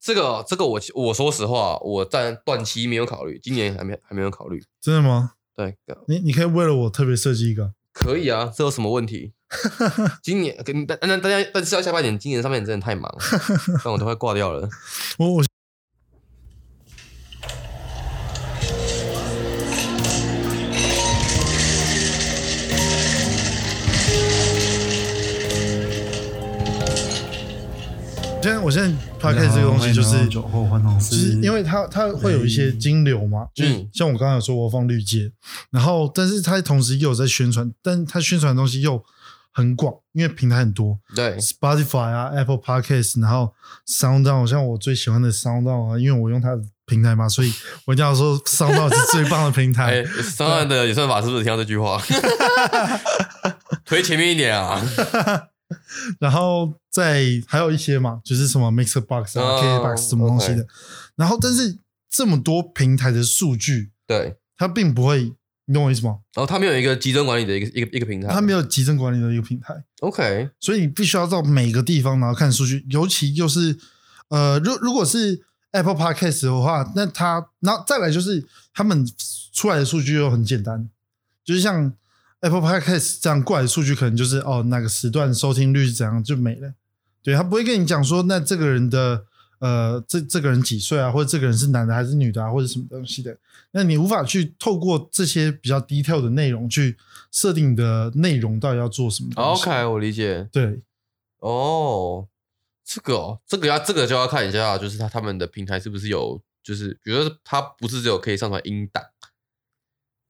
这个哦这个我我说实话，我暂短期没有考虑，今年还没还没有考虑。真的吗？对，你你可以为了我特别设计一个，可以啊，这有什么问 题？今年跟但但大家但是要下半年，今年上半年真的太忙了，但我都快挂掉了。我我现在我现在 p o d c a s 这个东西就是酒后换汤就是是因为它它会有一些金流嘛，就是嗯像我刚刚有说我要放绿界，然后但是它同时又有在宣传，但它宣传的东西又很广，因为平台很多对， ，Spotify 啊、Apple Podcast，然后 SoundOn，像我最喜欢的 SoundOn 啊，因为我用它的平台嘛，所以我一定要说 SoundOn 是最棒的平 哎台。，上岸嗯的演算法是不是听到这句话？推前面一点啊！ 然后再还有一些嘛，就是什么 Mixer Box 啊、哦 K Box 什么东西的，然后但是这么多平台的数据，对，然它并不会，你懂我意思吗？后他们有一个集中管理的一个一个一个平台，它没有集中管理的一个平台， OK，所以你必须要到每个地方然后看数据，尤其就是呃，如如果是 Apple Podcast 的话，那它然后再来就是他们出来的数据又很简单，就是像 Apple Podcast 这样过来的数据，可能就是哦哪个时段收听率是怎样就没了，对他不会跟你讲说那这个人的。呃，这这个人几岁啊？或者这个人是男的还是女的啊？或者什么东西的？那你无法去透过这些比较 detail 的内容去设定你的内容到底要做什么东西。 OK，我理解。对，哦，这个哦，这个要这个就要看一下，就是他他们的平台是不是有，就是比如说它不是只有可以上传音档，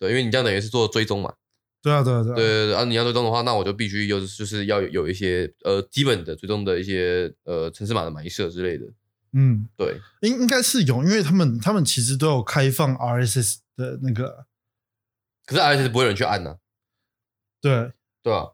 对，因为你这样等于是做追踪嘛。对啊，对啊，对啊，对对对，啊，你要追踪的话，那我就必须有就是要有有一些呃基本的追踪的一些呃城市码的埋设之类的。嗯，对，应应该是有，因为他们他们其实都有开放 RSS 的那个，可是 RSS 不会有人去按呐、对，对啊吧、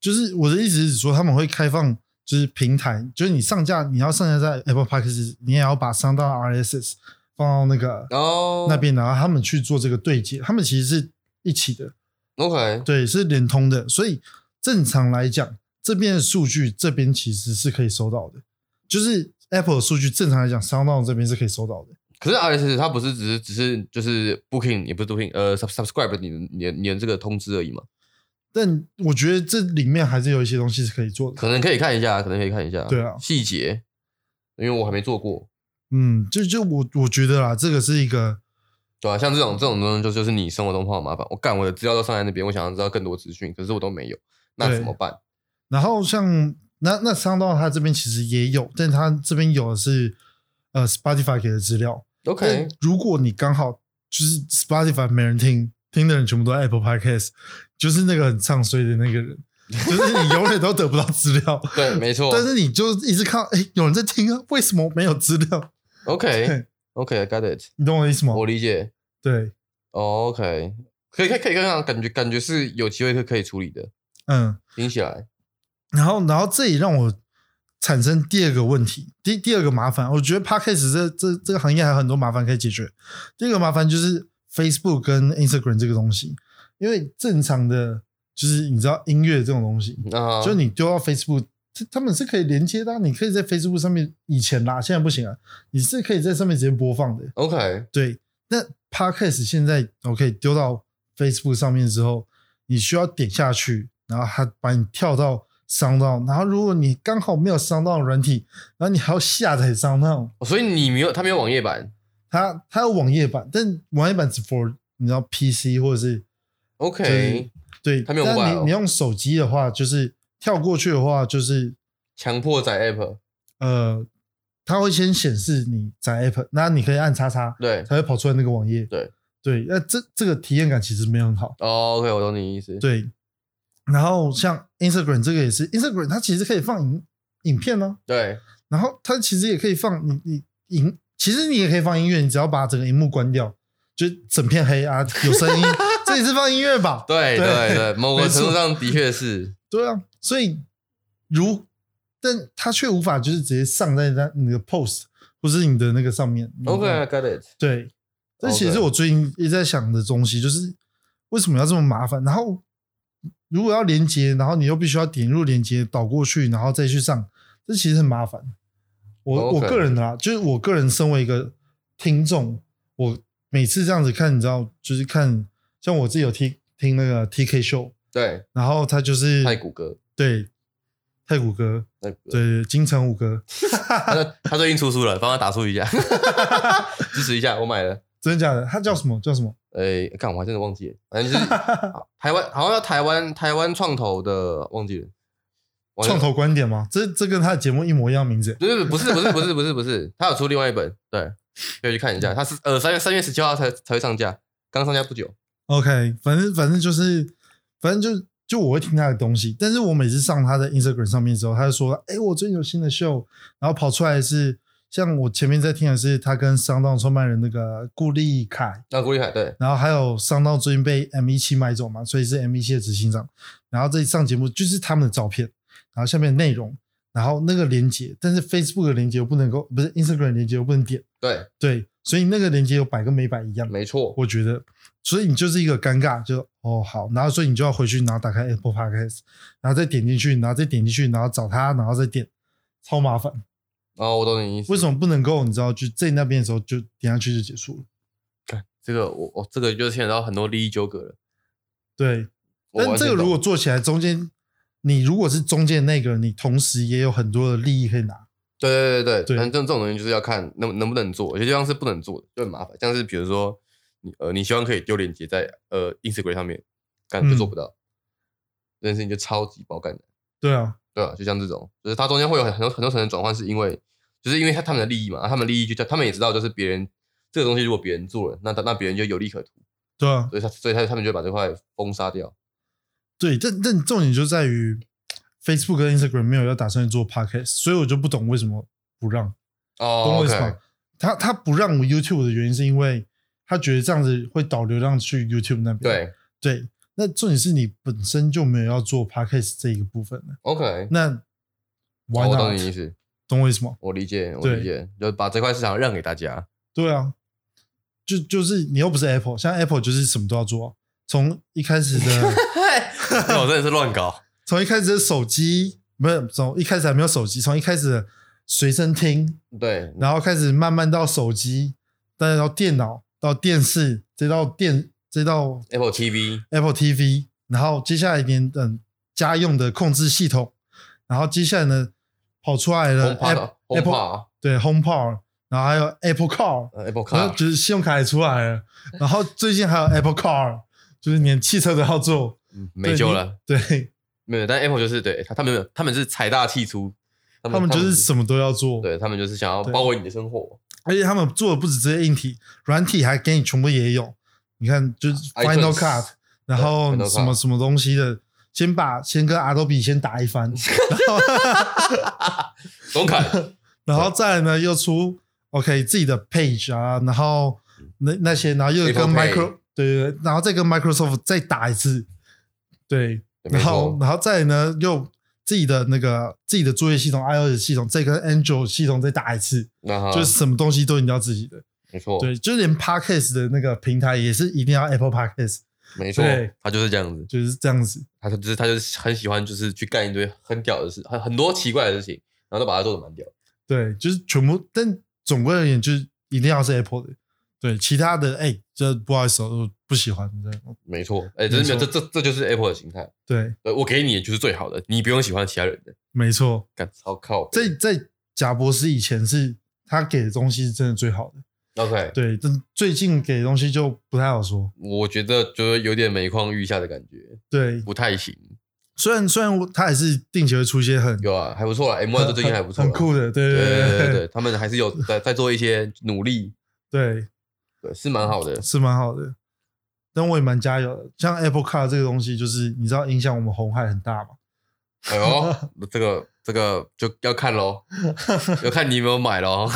就是我的意思是说他们会开放，就是平台，就是你上架你要上架在 Apple Podcast，你也要把上到 RSS 放到那个、然后那边，然后他们去做这个对接，他们其实是一起的， OK，对，是连通的，所以正常来讲，这边的数据这边其实是可以收到的，就是 Apple 的数据正常来讲，商到这边是可以收到的。可是 RSS 它不是只是只是就是 Booking 也不是 Booking，呃，sub subscribe 你的你的你的这个通知而已嘛，但我觉得这里面还是有一些东西是可以做的。可能可以看一下，可能可以看一下，对啊细节，因为我还没做过，嗯，就就我我觉得啦，这个是一个对吧、啊像这种这种东西就就是你生活中碰到麻烦，我干我的资料都上在那边，我想要知道更多资讯，可是我都没有，那对怎么办？然后像那那商道他这边其实也有，但他这边有的是呃 Spotify 给的资料。 OK，但如果你刚好就是 Spotify 没人听，听的人全部都在 Apple Podcast，就是那个很唱衰的那个人， 就是你永远都得不到 资料。对，没错，但是你就一直看到，哎，有人在听啊，为什么没有资料？ OK 对哦 OK，got、it，你懂我的意思吗？我理解、对， o k 可以可以可以看看，感觉感觉是有机会可以可以处理的，嗯，听起来然后，然后这也让我产生第二个问题，第第二个麻烦，我觉得 podcast 这这这个行业还有很多麻烦可以解决。第一个麻烦就是 Facebook 跟 Instagram 这个东西，因为正常的就是你知道音乐这种东西，那就你丢到 Facebook，这他们是可以连接的啊、你可以在 Facebook 上面以前啦，现在不行了、你是可以在上面直接播放的。 OK，对，那 podcast 现在 OK 丢到 Facebook 上面之后，你需要点下去，然后它把你跳到商道，然后如果你刚好没有商道软体，然后你还要下载商道，哦所以你没有他没有网页版。它它有网页版，但网页版只 for 你知道 PC 或者是 OK，、对对，它没有但 mobile 你你用手机的话，就是跳过去的话，就是强迫载 App，呃，它会先显示你在 app，那你可以按叉叉，对才会跑出来那个网页。对对，那这这个体验感其实没有很好。哦，OK，我懂你意思。对，然后像 Instagram 这个也是，Instagram 它其实可以放影影片呢、对然后它其实也可以放你你影，其实你也可以放音乐，你只要把整个荧幕关掉，就整片黑啊，有声音，这也是放音乐吧？对对对对，某个没错程度上的确是对啊，所以如但它却无法就是直接上在那你的 post 或是你的那个上面。你 OK，I got it。对，这 OK 其实是我最近一直在想的东西，就是为什么要这么麻烦？然后如果要连接，然后你又必须要点入连接导过去，然后再去上，这其实很麻烦。我 OK 我个人的啦，就是我个人身为一个听众，我每次这样子看，你知道，就是看像我自己有听听那个 TK 秀，对，然后他就是太谷歌，对太古歌，太谷歌，嗯对金城武歌，他他最近出书了，帮他打出一下， 支持一下，我买了。真的假的？他叫什么？叫什么？哎，看我还真的忘记了，反 正就是台湾，好像叫台湾台湾创投的，忘记了。忘记创了投观点吗？这这跟他的节目一模一样名字。对对对不是不是不是不是不是，他有出另外一本，对，可以去看嗯一下。他是呃三月三月十七号才才会上架，刚上架不久。 OK，反正反正就是，反正就就我会听他的东西，但是我每次上他的 Instagram 上面之后，他就说：“哎、我最近有新的秀。”然后跑出来是像我前面在听的是他跟商道创办人那个顾立凯，那郭立凯对，然后还有商道最近被 M 一七买走嘛，所以是 M 一七的执行长。然后这一上节目就是他们的照片，然后下面的内容，然后那个连接，但是 Facebook 的连接我不能够，不是 Instagram 的连接我不能点，对，对，所以那个连接有百跟没百一样。没错，我觉得，所以你就是一个尴尬，就哦好，然后所以你就要回去，然后打开 Apple Podcast，然后再点进去，然后再点进去，然后找他，然后再点，超麻烦。哦，我懂你意思。为什么不能够你知道就在那边的时候就点下去就结束了？这个我我这个就牵扯到很多利益纠葛了。对，我但完这全个如懂果做起来，中间你如果是中间那个，你同时也有很多的利益可以拿。对对对对对，反正这种东西就是要看能能不能做，有些地方是不能做的，就很麻烦。像是比如说你呃，你希望可以丢链接在呃 Instagram 上面，干就做嗯不到，这件事情就超级爆干的，对啊，对啊，就像这种，就是它中间会有很很多很多层的转换，是因为就是因为他他们的利益嘛，他们利益就叫他们也知道，就是别人这个东西如果别人做了，那他那别人就有利可图，对啊，所以他所以他他们就把这块封杀掉。对，但但重点就在于 Facebook 跟 Instagram 没有要打算做 Podcast，所以我就不懂为什么不让。懂哦我，OK，意思吗？他他不让我 YouTube 的原因是因为他觉得这样子会导流量去 YouTube 那边。对对对，那重点是你本身就没有要做 Podcast 这一个部分的， ，OK，哦那我 why 懂你意 not？思，懂我意思吗？我理解，我对理解，就把这块市场让给大家。对啊，就就是你又不是 Apple，像 Apple 就是什么都要做啊、从一开 始的那我真的是乱搞。从一开始的手机，没有从一开始还没有手机，从一开始的随身听，对，然后开始慢慢到手机，再到电脑，到电视，再到电，再到 Apple TV， Apple TV，然后接下来一点等家用的控制系统，然后接下来呢跑出来了 HomePod Apple HomePod 对 HomePod，然后还有 Apple Car，呃啊 Apple 然后 Car，就是信用卡也出来了，然后最近还有 Apple Car，就是连汽车都要做，嗯没救了，对你对没有。但 Apple 就是对他，他们没有，他们是财大气粗，他他们就是什么都要做，对他们就是想要对包围你的生活。而且他们做的不止这些硬体，软体还给你全部也有。你看，就是 Final 啊 iTunes Cut，然后 Final Cut 什么什么东西的，先把先跟 Adobe 先打一番，然后总砍 然后再来呢又出 OK 自己的 Page 啊，然后那那些，然后又跟 Apple Pay Micro 对对对，然后再跟 Microsoft 再打一次，对，没然后错，然后再来呢又自己的那个自己的作业系统 iOS 系统，再跟 Android 系统再打一次，那哈就是什么东西都一定要自己的。没错，对，就连 Podcast 的那个平台也是一定要 Apple Podcast，没错对，他就是这样子，就是这样子。他就是他就是很喜欢就是去干一堆很屌的事，很很多奇怪的事情，然后都把它做的蛮屌的。对，就是全部，但总归而言，就是一定要是 Apple 的。对，其他的，哎、这不好意思哦，我不喜欢。对，没错，哎，真的没有，没这这错这就是 Apple 的形态。对对我给你的就是最好的，你不用喜欢其他人的，没错，干超靠北。在在贾博士以前是他给的东西是真的最好的， OK，对，但最近给的东西就不太好说。我觉得就是有点每况愈下的感觉，对，不太行。虽然虽然我他还是定期会出一些很有啊，还不错啦，M1 最近还不错啦，很很酷的，对对。对对对对对，他们还是有在在做一些努力，对，对，是蛮好的。是蛮好的，但我也蛮加油的。像 Apple Car 这个东西，就是你知道影响我们红海很大嘛？哎 呦，这个这个就要看喽，要看你有没有买 喽。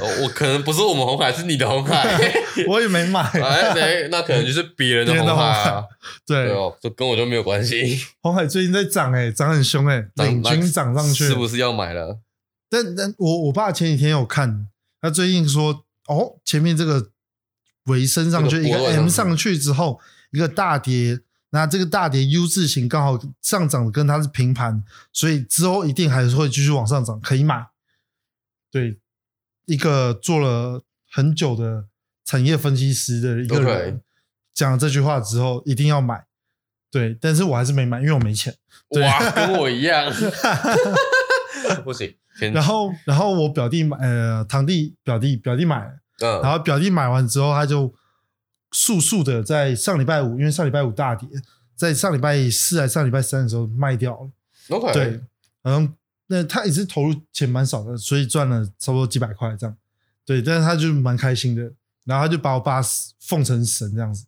哦我可能不是我们红海，是你的红海。 我也没买，哎，没，那可能就是别人的红海啊。对 对，哦，这跟我就没有关系。红海最近在涨哎、涨很凶哎、涨领军涨上去。是不是要买了？但但我我爸前几天有看，他最近说哦，前面这个尾升上去这个一个波段 M 上上去之后，一个大跌，那这个大跌 U 字形刚好上涨跟它是平盘，所以之后一定还是会继续往上涨，可以买。对，一个做了很久的产业分析师的一个人 OK 讲了这句话之后，一定要买。对，但是我还是没买，因为我没钱。哇，跟我一 样，不行，先然后，然后我表弟买，呃，堂弟表弟表弟买了，然嗯，后表弟买完之后，他就速速的在上礼拜五，因为上礼拜五大跌，在上礼拜四还上礼拜三的时候卖掉了。 OK，对，然后那他也是投入钱蛮少的，所以赚了差不多几百块这样。对，但是他就蛮开心的，然后他就把我爸奉成神这样子，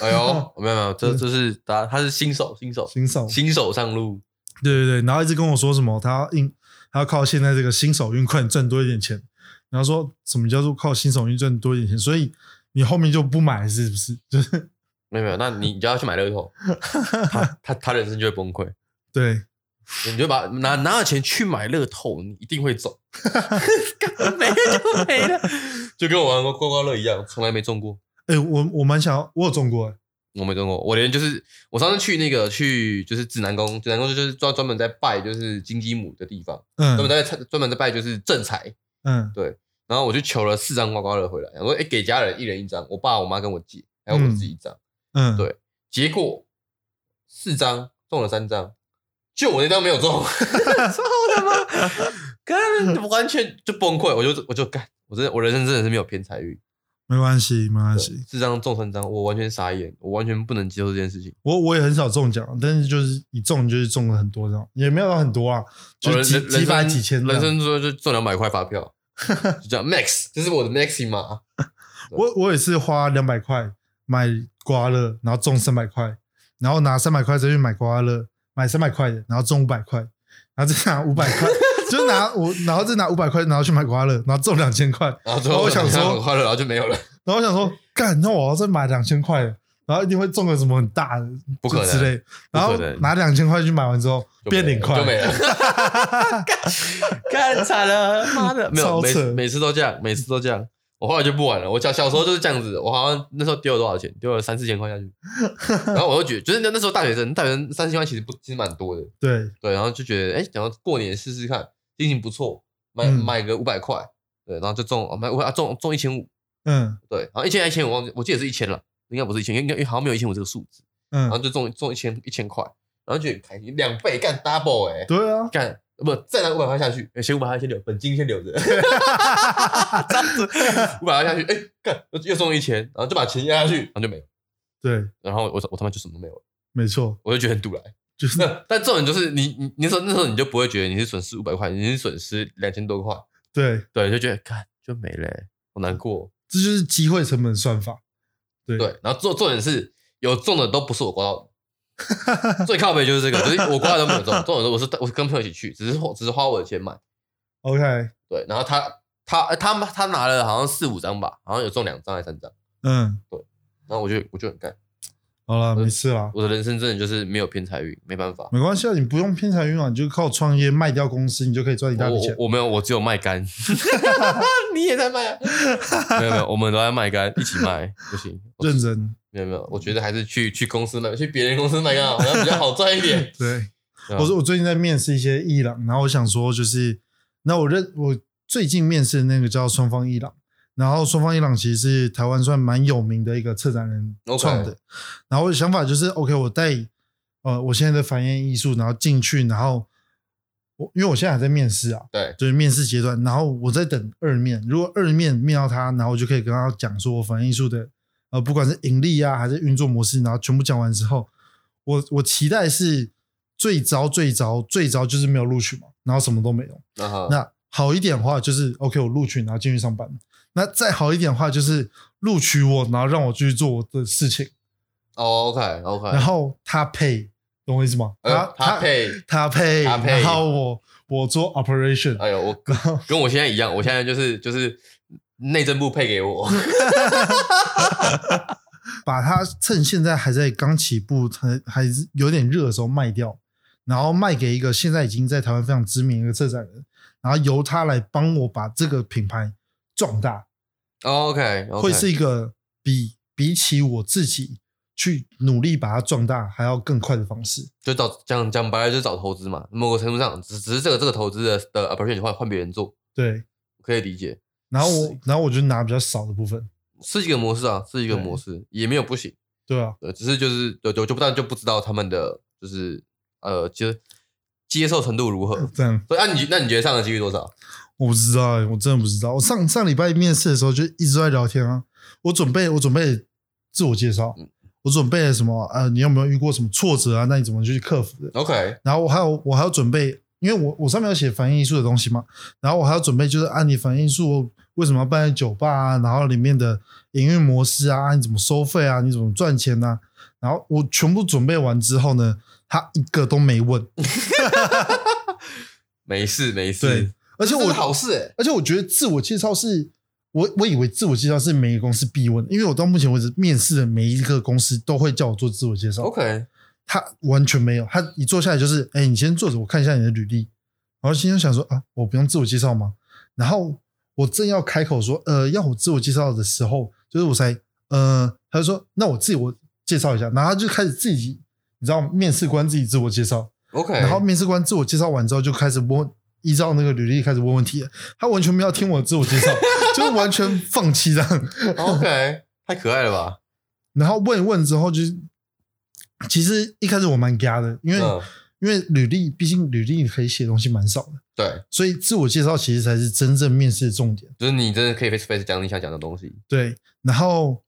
哎呦，没有没有，这这是他他是新手，新手，新手。新手上路，对对对，然后一直跟我说什么，他要印，他要靠现在这个新手运快点赚多一点钱。然后说什么叫做靠新手运赚多一点钱？所以你后面就不买是不是？ 就是没有没有，那你你就要去买乐 透，他他他人生就会崩溃，对，你就把拿拿了钱去买乐透，你一定会 中，干没就没了，就跟我玩过刮刮乐一样，从来没中过。哎、我我蛮想要，我有中过、欸，我没中过，我连就是我上次去那个去就是指南宫，指南宫就是专专门在拜就是金鸡母的地方，专门在嗯专门在拜就是正财。嗯然后我去求了四张刮刮乐回来，我说哎、诶给家人一人一张，我爸我妈跟我姐还有我自己一张，嗯，对结果四张中了三张，就我那张没有中， 操他 妈，干完全就崩溃，我就我就干，我真的我人生真的是没有偏财运，没关系，没关对系，四张中三张，我完全傻眼，我完全不能接受这件事情。我我也很少中奖，但是就是一中就是中了很多这样，也没有到很多啊，就哦人是几人几百人生几千这人样。生中就中两百块发 票，就这样 max，这是我的 maxima。我我也是花两百块买刮乐，然后中三百块，然后拿三百块再去买刮乐，买三百块的，然后中五百块，然后再拿五百 块，就拿我，然后再拿五百块，然后去买刮乐，然后中两千块， 然后最后我想说很快乐，然后就没有了，然后我想说，干，那我要再买两千块的，然后一定会中个什么很大的，不可能就之类。不然可后能拿两千块去买完之后就没变了零块，就没 了，干惨了，妈的，没有，超每扯每次都这样，每次都这样。我后来就不玩了。我小小时候就是这样子，我好像那时候丢了多少钱，丢了三四千块下 去，然后我就觉得，就是那那时候大学生，大学生三四千块其实不其实蛮多的，对，对，然后就觉得，哎，想要过年试试看，心情不错，买嗯买个五百块，对，然后就中，哦买五百啊中中一千五，嗯对，然后一千一千我忘记，我记得是一千了，应该不是一千，应该因为好像没有一千五这个数字，然后嗯，就中中一千一千块，然后就很开心，两倍干 double 哎、对啊，干不再拿五百块下去，哎先五百块先留，本金先留着， 这样 子五百块下去，哎、干又又中一千，然后就把钱压下去，然后就没了，对，然后我我他妈就什么都没有了，没错，我就觉得很堵来。 就是那但这种就是你你那时候那时候你就不会觉得你是损失五百块，你是损失两千多块，对，对，就觉得干就没了欸、好难过。这就是机会成本算法。对对，然后重重点是有中的都不是我刮到 的，最靠北就是这个，就是我刮的都没有中，中的我是我是跟朋友一起去，只是花只是花我的钱买， OK，对，然后他他呃他们他拿了好像四五张吧，好像有中两张还是三张，嗯，然后我就我就很干，好呃了，没事啦，我的人生真的就是没有偏财运，没办法，没关系啊，你不用偏财运啊，你就靠创业卖掉公司，你就可以赚一我大笔我钱。我没有，我只有卖 干， 你也在卖啊？没有没有，我们都在卖干，一起卖不行，我认真，。没有没有，我觉得还是去去公司卖，去别人公司卖干好像比较好赚一点对，对啊 我说我最近在面试一些艺朗，然后我想说就是，那我认我最近面试的那个叫双方艺朗，然后双方艺朗其实是台湾算蛮有名的一个策展人 OK 创的然后我的想法就是 OK，我带呃我现在的反映艺术，然后进去，然后我因为我现在还在面试啊，对就是面试阶段，然后我在等二面，如果二面面到他，然后我就可以跟他讲说我反映艺术的呃，不管是盈利啊还是运作模式，然后全部讲完之后，我我期待是最糟最糟最糟就是没有录取嘛，然后什么都没有。然后那好一点的话就是 OK 我录取，然后进去上班。那再好一点的话就是录取我，然后让我继续做我的事情，哦 OK OK，然后他配，懂我意思吗？哎他呦他配，他配，他配然后我我做 operation，哎呦 我然后跟我现在一样，我现在就是就是内政部配给我， 把它趁现在还在刚起步、还还是有点热的时候卖掉，然后卖给一个现在已经在台湾非常知名的一个策展人，然后由他来帮我把这个品牌壮大，哦 OK 会是一个比比起我自己去努力把它壮大还要更快的方式。就找讲讲白了就是找投资嘛，某个程度上只只是这个这个投资的的 opportunity 换换别人做，对，可以理解，然后我然后我就拿比较少的部分，是一个模式啊，是一个对模式，也没有不行，对啊，呃，只是就是有有就不但就不知道他们的就是呃接接受程度如何，这样所以那、啊你那你觉得上的几率多少？我不知道、欸，我真的不知道。我上上礼拜面试的时候就一直在聊天啊，我准备我准备自我介绍，嗯我准备了什么？呃，你有没有遇过什么挫折啊？那你怎么去克服的？ OK，然后我还有我还要准备，因为我我上面有写反应因素的东西嘛，然后我还要准备就是按、啊、你反应因素为什么要办在酒吧啊，然后里面的营运模式啊，啊你怎么收费啊，你怎么赚钱啊，然后我全部准备完之后呢，他一个都没问，嗯没事没对事，，而且这是我好事哎、而且我觉得自我介绍是。我我以为自我介绍是每个公司必问，因为我到目前为止面试的每一个公司都会叫我做自我介绍。 OK，他完全没有，他一坐下来就是，哎、你先坐着，我看一下你的履历。然后心中想说啊，我不用自我介绍吗？然后我正要开口说，呃，要我自我介绍的时候，就是我才，呃，他就说，那我自己我介绍一下。然后他就开始自己，你知道，面试官自己自我介绍。 OK，然后面试官自我介绍完之后，就开始问，依照那个履历开始问问题了。他完全没有听我的自我介绍，就是完全放弃这样。 OK，太可爱了吧？然后问一问之后，就是其实一开始我蛮尬的，因为、嗯，因为履历毕竟履历可以写的东西蛮少的，对，所以自我介绍其实才是真正面试的重点。就是你真的可以 face to face 讲你想讲的东西。对，然后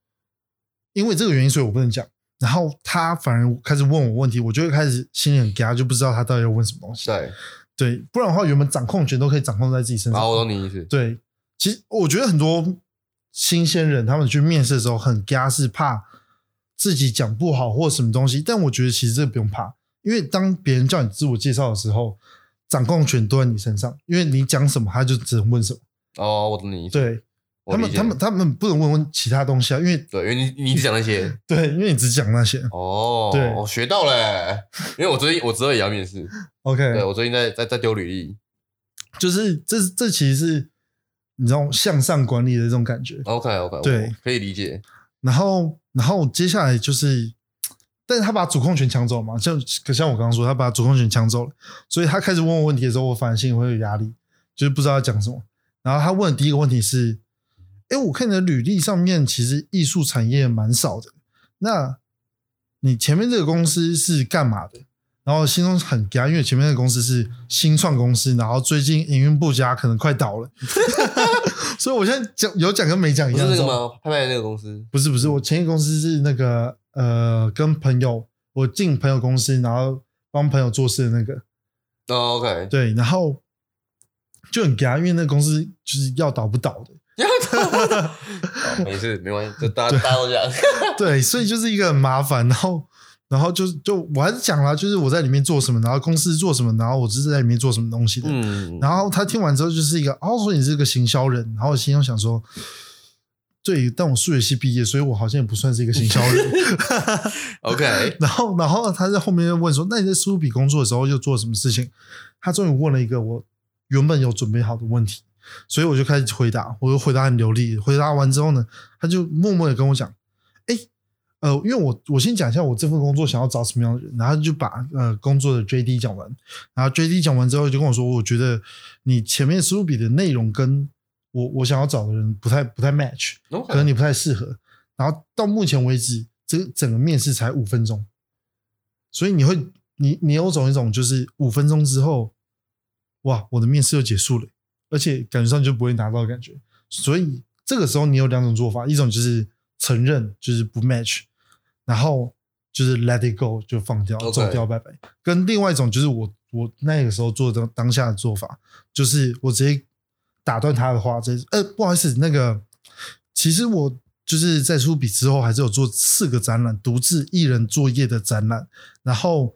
因为这个原因，所以我不能讲。然后他反而开始问我问题，我就会开始心里很嘎，就不知道他到底要问什么东西。 对，对，不然的话，原本掌控权都可以掌控在自己身然上。后我懂你意思。对，其实我觉得很多新鲜人他们去面试的时候很嘎，是怕自己讲不好或什么东西。但我觉得其实这个不用怕，因为当别人叫你自我介绍的时候，掌控权都在你身上，因为你讲什么他就只能问什么。哦，我懂你意思。对我他理们，解他们他们不能问问其他东西啊，因为对，因为你你只讲那些。对，因为你只讲那些。哦，对我学到 了。欸因为我最近我之后也要面试，对 OK，我最近在在在丢履历。就是这这其实是你知道向上管理的这种感觉。 OK OK，对，可以理解。然后，然后接下来就是，但是他把主控权抢走嘛，像可像我刚刚说，他把主控权抢走了，所以他开始问我问题的时候，我反而心里会有压力，就是不知道要讲什么。然后他问的第一个问题是：哎，我看你的履历上面其实艺术产业蛮少的，那你前面这个公司是干嘛的？然后心中很干，因为前面的公司是新创公司，然后最近营运不佳，可能快倒 了，所以我现在讲有讲跟没讲一哦不是样。那你知个道吗吗？拍卖的那个公司。不是不是，我前一个公司是那个呃，跟朋友我进朋友公司，然后帮朋友做事的那个，哦，OK。 对，然后就很尬，因为那个公司就是要倒不倒的，好哦没事，没关系，就大家大家都这 样。对，所以就是一个很麻烦。然后然后就就我还是讲了，就是我在里面做什么，然后公司做什么，然后我就是在里面做什么东西的。嗯，然后他听完之后就是一个，哦，所以你是个行销人。然后我心中想说，对，但我数学系毕业，所以我好像也不算是一个行销人。 OK， 然后，然后他在后面又问说：“那你在苏比工作的时候又做了什么事情？”他终于问了一个我原本有准备好的问题，所以我就开始回答，我就回答很流利。回答完之后呢，他就默默的跟我讲：“哎，呃，因为我我先讲一下我这份工作想要找什么样的人。”然后他就把呃工作的 JD 讲完，然后 JD 讲完之后就跟我说：“我觉得你前面苏比的内容跟我我想要找的人不太不太 match。”可能 OK，你不太适合。然后到目前为止，这整个面试才五分钟，所以你会你你有种一种就是五分钟之后，哇，我的面试又结束了，而且感觉上就不会拿到的感觉。所以这个时候你有两种做法，一种就是承认就是不 match，然后就是 let it go 就放掉 OK 走掉拜拜。跟另外一种就是我我那个时候做的当下的做法，就是我直接打断他的话，这呃不好意思，那个其实我就是在出笔之后，还是有做四个展览，独自一人作业的展览，然后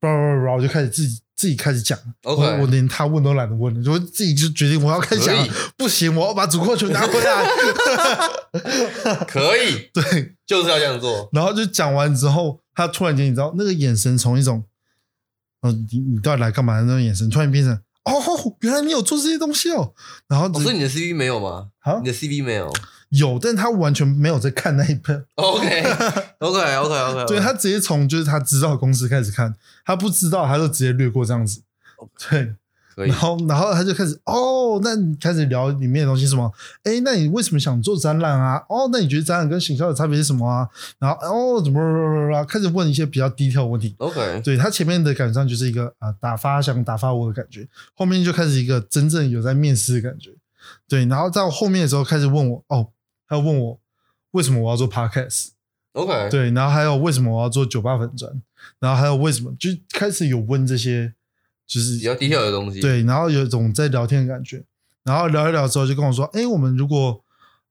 叭叭叭叭，我就开始自己自己开始讲哦 OK 我我连他问都懒得问了，我自己就决定我要开始讲可以了，不行，我要把主控权拿回 来。可以，对，就是要这样做。然后就讲完之后，他突然间你知道那个眼神从一种，嗯、你你到底来干嘛的那种眼神，突然变成哦，原来你有做这些东西哦，然后我只、说你的 CV 没有吗？啊你的 CV 没有？有，但他完全没有在看那一本， OK OK OK OK，对他直接从就是他知道的公司开始看，他不知道他就直接略过这样子，对，可以然，后然后他就开始哦，那你开始聊里面的东西什么？哎，那你为什么想做展览啊？哦，那你觉得展览跟行销的差别是什么啊？然后哦，怎么开始问一些比较低调的问题。 OK，对他前面的感觉上就是一个啊、打发想打发我的感觉，后面就开始一个真正有在面试的感觉。对，然后到后面的时候开始问我哦，他问我为什么我要做 podcast， OK，对，然后还有为什么我要做酒吧粉砖，然后还有为什么就开始有问这些，就是比较低调的东西，，对，然后有一种在聊天的感觉，然后聊一聊之后就跟我说，哎，我们如果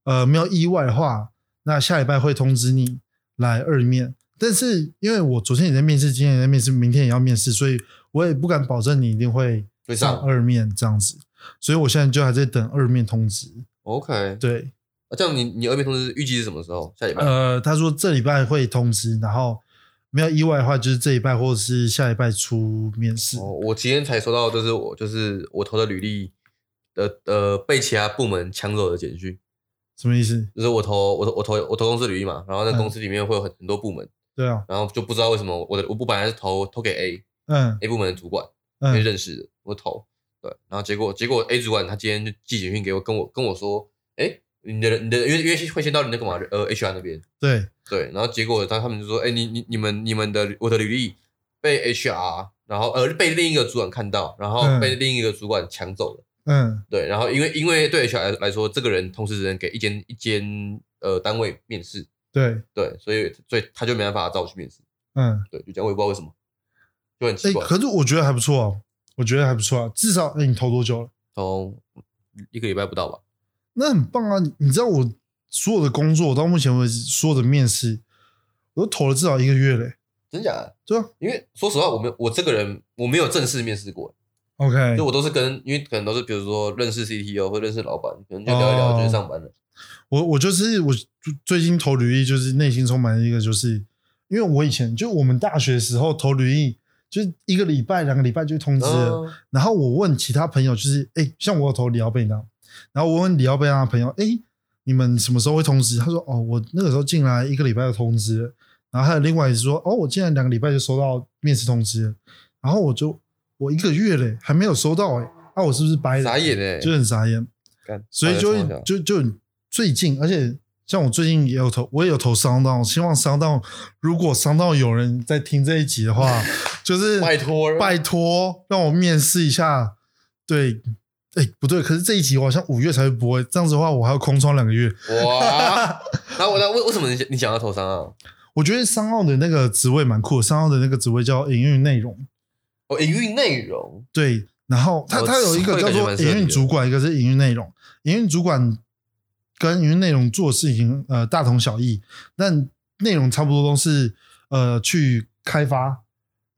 呃没有意外的话，那下礼拜会通知你来二面。但是因为我昨天也在面试，今天也在面试，明天也要面试，所以我也不敢保证你一定会会上上二面这样子。所以我现在就还在等二面通知。 OK，对，那这样你你二面通知预计是什么时候？下礼拜呃，他说这礼拜会通知，然后没有意外的话，就是这礼拜或者是下礼拜出面试。哦，我今天才收到，就是我就是我投的履历的呃被其他部门抢走的简讯，什么意思？就是我投我投我投我投公司履历嘛，然后那嗯公司里面会有很很多部门，对啊，然后就不知道为什么我的我不本来是投投给 A 嗯 A 部门的主管，因为嗯认识的，我投对，然后结果结果 A 主管他今天就寄简讯给我，跟我跟我说，哎，你的你的因为因为会先到你那个嘛呃 HR 那边，对，对，然后结果他他们就说，哎，你你你们你们的我的履历被 HR，然后呃被另一个主管看到，然后嗯被另一个主管抢走了，嗯对，然后因为因为对 HR 来来说，这个人同时只能给一间一间呃单位面试，对，对，所以所以他就没办法找我去面试，嗯。对，就这样，我也不知道为什么，就很哎、奇怪。可是我觉得还不错哦，我觉得还不错啊。至少，哎、你投多久了？从一个礼拜不到吧，那很棒啊！你你知道我所有的工作，我到目前为止所有的面试，我都投了至少一个月嘞。真假的？对啊因为说实话，我没有我这个人我没有正式面试过， ，OK，就我都是跟因为可能都是比如说认识 CTO 或认识老板，可能就聊一聊哦就去上班了。我我就是我最近投履历，就是内心充满一个，就是因为我以前就我们大学时候投履历，就是一个礼拜、两个礼拜就通知了。嗯然后我问其他朋友，就是哎、像我有投里奥贝纳，然后我问里奥贝纳的朋友，哎、你们什么时候会通知？他说哦，我那个时候进来一个礼拜就通知了，然后还有另外一个说哦，我进来两个礼拜就收到面试通知了，然后我就我一个月嘞还没有收到哎、那、我是不是白傻了？眼哎、就很傻眼，干所以就傻眼傻眼就就最近，而且像我最近也有投，我也有投商道，希望商道如果商道有人在听这一集的话，就 是拜托拜托让我面试一下。对，哎，不对，可是这一集我好像五月才会播，这样子的话我还要空窗两个月。 哇！啊那我那为为什么你你想要投商啊？我觉得商奥的那个职位蛮酷的，商奥的那个职位叫营运内容，哦，营运内容对。然后他哦他有一个这个叫感觉做蛮适合营你运的主管，一个是营运内容。营运主管跟营运内容做的事情呃大同小异，但内容差不多都是呃去开发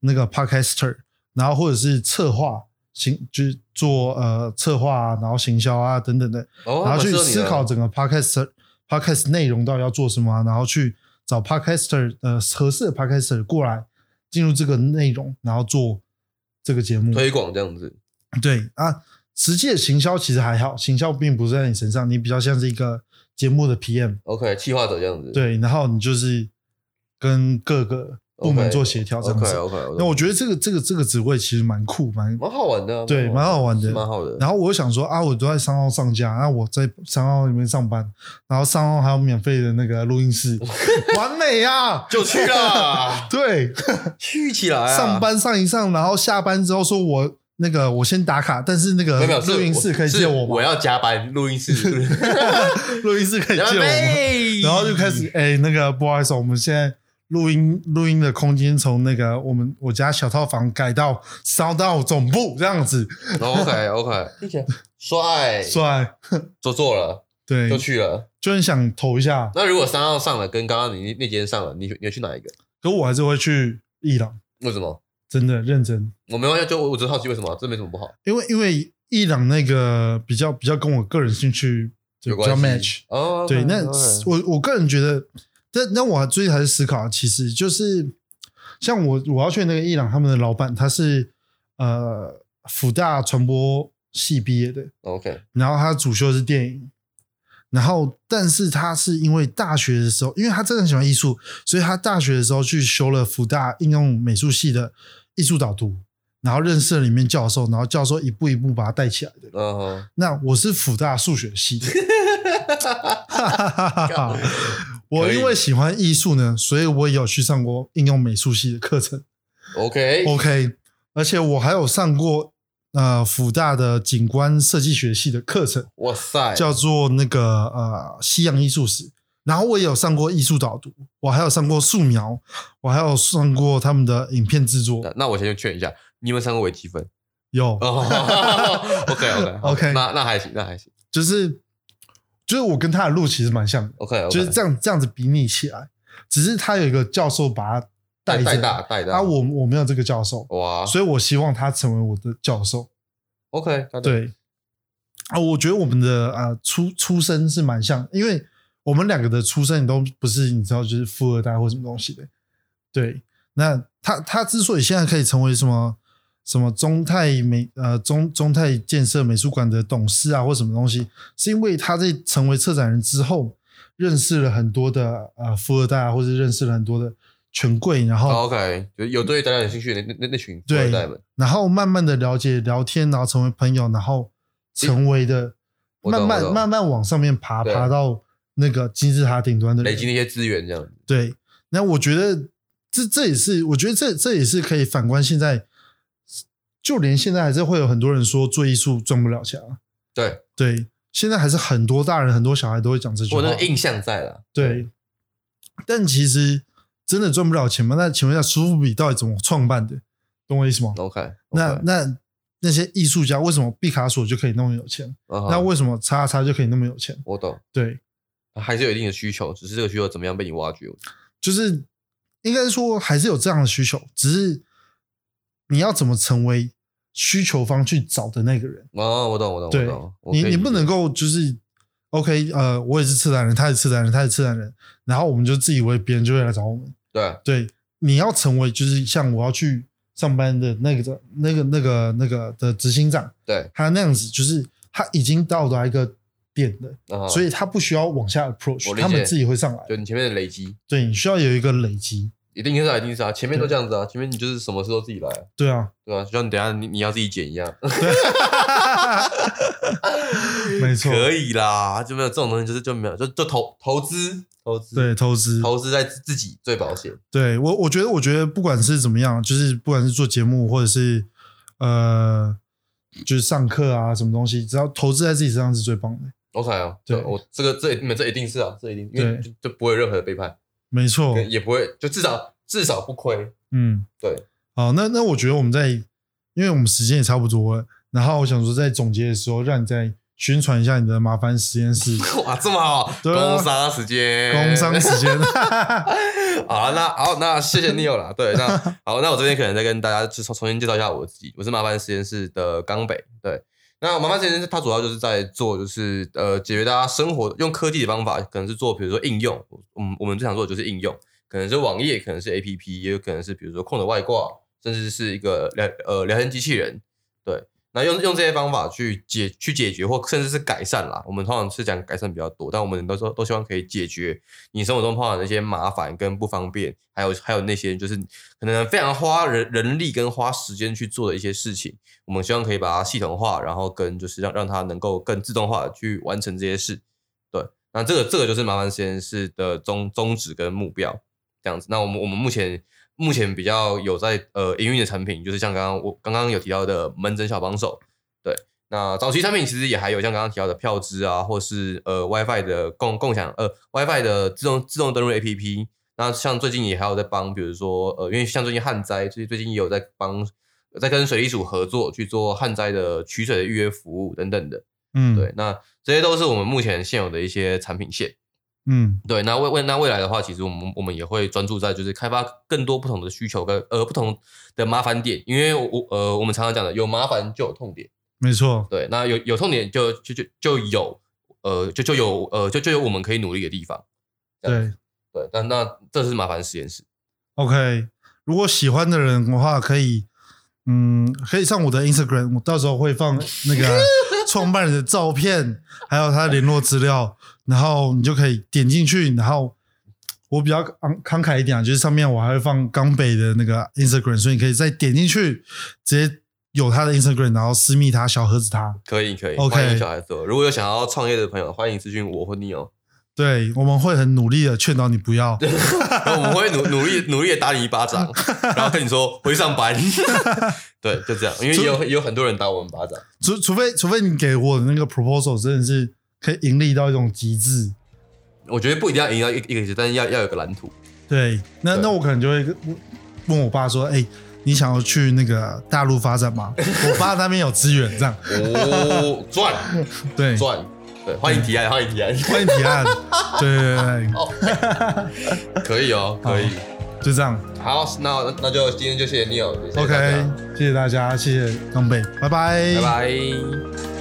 那个 podcaster，然后或者是策划行就是做呃策划啊，然后行销啊等等的，哦，然后蛮去适合你的思考整个 podcast podcast 内容到底要做什么啊、然后去找 podcaster 呃合适的 podcaster 过来进入这个内容，然后做这个节目。推广这样子。对啊，实际的行销其实还好，行销并不是在你身上，你比较像是一个节目的 PM。 OK，企划者这样子。对，然后你就是跟各个部门做协调这样子。 OK OK，那我觉得这个这个这个职位其实蛮酷，蛮蛮好玩的啊，对蛮好玩的是蛮好的。然后我想说啊，我都在商号上架，那我在商号里面上班，然后商号还有免费的那个录 音室，完美啊！就去 啦，对，去起来啊！上班上一上，然后下班之后说我那个我先打卡，但是那个没有没有，是录音室可以是借我我吗？要加班，录 音室录音室可以借 我吗？妹然后就开嗯始哎、那个不好意思，我们现在。录音录音的空间从那个我们我家小套房改到烧到总部这样子， OK OK，听起来帅，帅做做了对就，去了。就很想投一下，那如果三号上了，跟刚刚你那间上了，你你要去哪一个？可我还是会去伊朗，为什么？真的认真。我没关系，啊就我我只是好奇为什么，这没什么不好，因为因为伊朗那个比较比较跟我个人兴趣就有比关较系 match。哦。对，那 OK，OK 我我个人觉得，但那我最近还是思考，其实就是像我我要去那个伊朗，他们的老板他是呃福大传播系毕业的， OK，然后他主修是电影，然后，但是他是因为大学的时候，因为他真的很喜欢艺术，所以他大学的时候去修了福大应用美术系的艺术导读，然后认识了里面教授，然后教授一步一步把他带起来的。 嗯，那我是辅大数学系的， 我因为喜欢艺术呢，所以我也有去上过应用美术系的课程。 OK， OK，而且我还有上过呃辅大的景观设计学系的课程，哇塞，叫做那个呃西洋艺术史。然后我也有上过艺术导读，我还有上过素描，我还有上过他们的影片制作那。那我先去劝一下，你有没有上过微积分？有，呃 哦，OK OK OK 那那还行，那还行就是就是我跟他的路其实蛮像的， ，OK OK，就是这样这样子比拟起来，只是他有一个教授把他带带着，大哦带大啊，我我没有这个教授，哇所以我希望他成为我的教授。 ，OK，那就，对啊，我觉得我们的啊、呃出出身是蛮像，因为我们两个的出身都不是你知道，就是富二代或什么东西的。对，那他他之所以现在可以成为什么什么中泰美呃中中泰建设美术馆的董事啊或什么东西，是因为他在成为策展人之后，认识了很多的呃富二代啊，或者认识了很多的权贵，然后、哦 OK，就有对大家有兴趣的那那那群富对二代们，然后慢慢的了解、聊天，然后成为朋友，然后成为的我慢懂慢我懂慢慢往上面爬，对爬到那个金字塔顶端的人累积那些资源这样子，对，那我觉得这这也是，我觉得这这也是可以反观现在，就连现在还是会有很多人说做艺术赚不了钱啊。对对，现在还是很多大人、很多小孩都会讲这句我话。那个印象在了，对，但其实真的赚不了钱吗？那请问一下，苏富比到底怎么创办的？懂我意思吗？ ，OK，那那那些艺术家为什么毕卡索就可以那么有钱？那那为什么叉叉就可以那么有钱？嗯我懂，对，还是有一定的需求，只是这个需求怎么样被你挖掘，就是应该说还是有这样的需求，只是你要怎么成为需求方去找的那个人？哦，我懂我懂我对懂，我你可以你不理解能够就是 OK，呃，我也是策展人，他也是策展人，他也是策展人，然后我们就自以为别人就会来找我们。对啊对，你要成为就是像我要去上班的那个那个那个那个的执行长，对，他那样子就是他已经到达一个点了，啊所以他不需要往下我 approach，理解他们自己会上来。就你前面的累积，对，你需要有一个累积。一定是啊，一定是啊，前面都这样子啊，前面你就是什么事都自己来啊，对啊，对吧？就像你等一下你你要自己剪一样，没嗯错，可以啦，就没有这种东西，就是就没有，就就投投资投资，对，投资，投资在自自己最保险。对我我觉得我觉得不管是怎么样，就是不管是做节目或者是呃，就是上课啊什么东西，只要投资在自己身上是最棒的。 OK 啊，对对我这个这你们这一定是啊，这一定，因为对哦就就不会有任何的背叛，没错，跟也不会，就至少至少不亏。 嗯，对。好，那那我觉得我们在，因为我们时间也差不多了，然后我想说在总结的时候，让你再宣传一下你的麻烦实 验室哇，这么好，对啊工商时间，工商时间。 好了，那好，那谢谢 Neil 啦。对，那好，那我这边可能再跟大家就重重新介绍一下我自己。我是麻烦实验室的冈北。对，那麻烦实验室它主要就是在做，就是呃解决大家生活用科技的方法，可能是做比如说应用，我们我们最常做的就是应用，可能是网页，可能是 APP，也有可能是比如说空的外挂，甚至是一个聊呃聊天机器人。对，那用用这些方法去解去解决或甚至是改善啦。我们通常是讲改善比较多，但我们都说都希望可以解决你生活中碰到的那些麻烦跟不方便，还有还有那些就是可能非常花人人力跟花时间去做的一些事情，我们希望可以把它系统化，然后跟就是让让它能够更自动化的去完成这些事。对，那这个这个就是麻烦实验室的宗宗旨跟目标这样子。那我们我们目前目前比较有在呃营运的产品，就是像刚刚我刚刚有提到的门诊小帮手，对。那早期产品其实也还有像刚刚提到的票支啊，或是呃 WiFi 的共共享呃 WiFi 的自动自动登录 APP。那像最近也还有在帮，比如说呃，因为像最近旱灾，最最近也有在帮在跟水利署合作去做旱灾的取水的预约服务等等的。嗯，对，，那这些都是我们目前现有的一些产品线。嗯，对，那未未那未来的话，其实我们我们也会专注在就是开发更多不同的需求跟呃不同的麻烦点，因为我我呃我们常常讲的有麻烦就有痛点，没错，对，那有有痛点就就就就有呃就就有呃就就有我们可以努力的地方，这样对子对，那那这是麻烦实验室， ，OK。如果喜欢的人的话，可以，嗯，可以上我的 Instagram，我到时候会放那个创办人的照片，还有他的联络资料，然后你就可以点进去。然后我比较慷慷慨一点啊，就是上面我还会放冈北的那个 Instagram，所以你可以再点进去，直接有他的 Instagram，然后私密他，小盒子他。可以可以 OK 欢迎小孩子哦。如果有想要创业的朋友，欢迎私讯我或你哦，对，我们会很努力的劝导你不要。然后我们会努努力努力的打你一巴掌，然后跟你说回去上班。 对，就这样，因为也有也有很多人打我们巴掌。除除非除非你给我的那个 proposal 真的是可以盈利到一种极致，我觉得不一定要赢到一一个一个，但是要要有个蓝图。对，那对那我可能就会问问我爸说，哎、你想要去那个大陆发展 吗？我爸那边有资源，这样哦，赚 对，赚，对，欢迎提案，欢迎提案， 欢迎提案，对对对哦对，可以哦，可以。就这样好，那那就哦今天就谢谢 Neil，谢谢大家，OK，谢谢大家，谢谢刚贝，拜拜拜。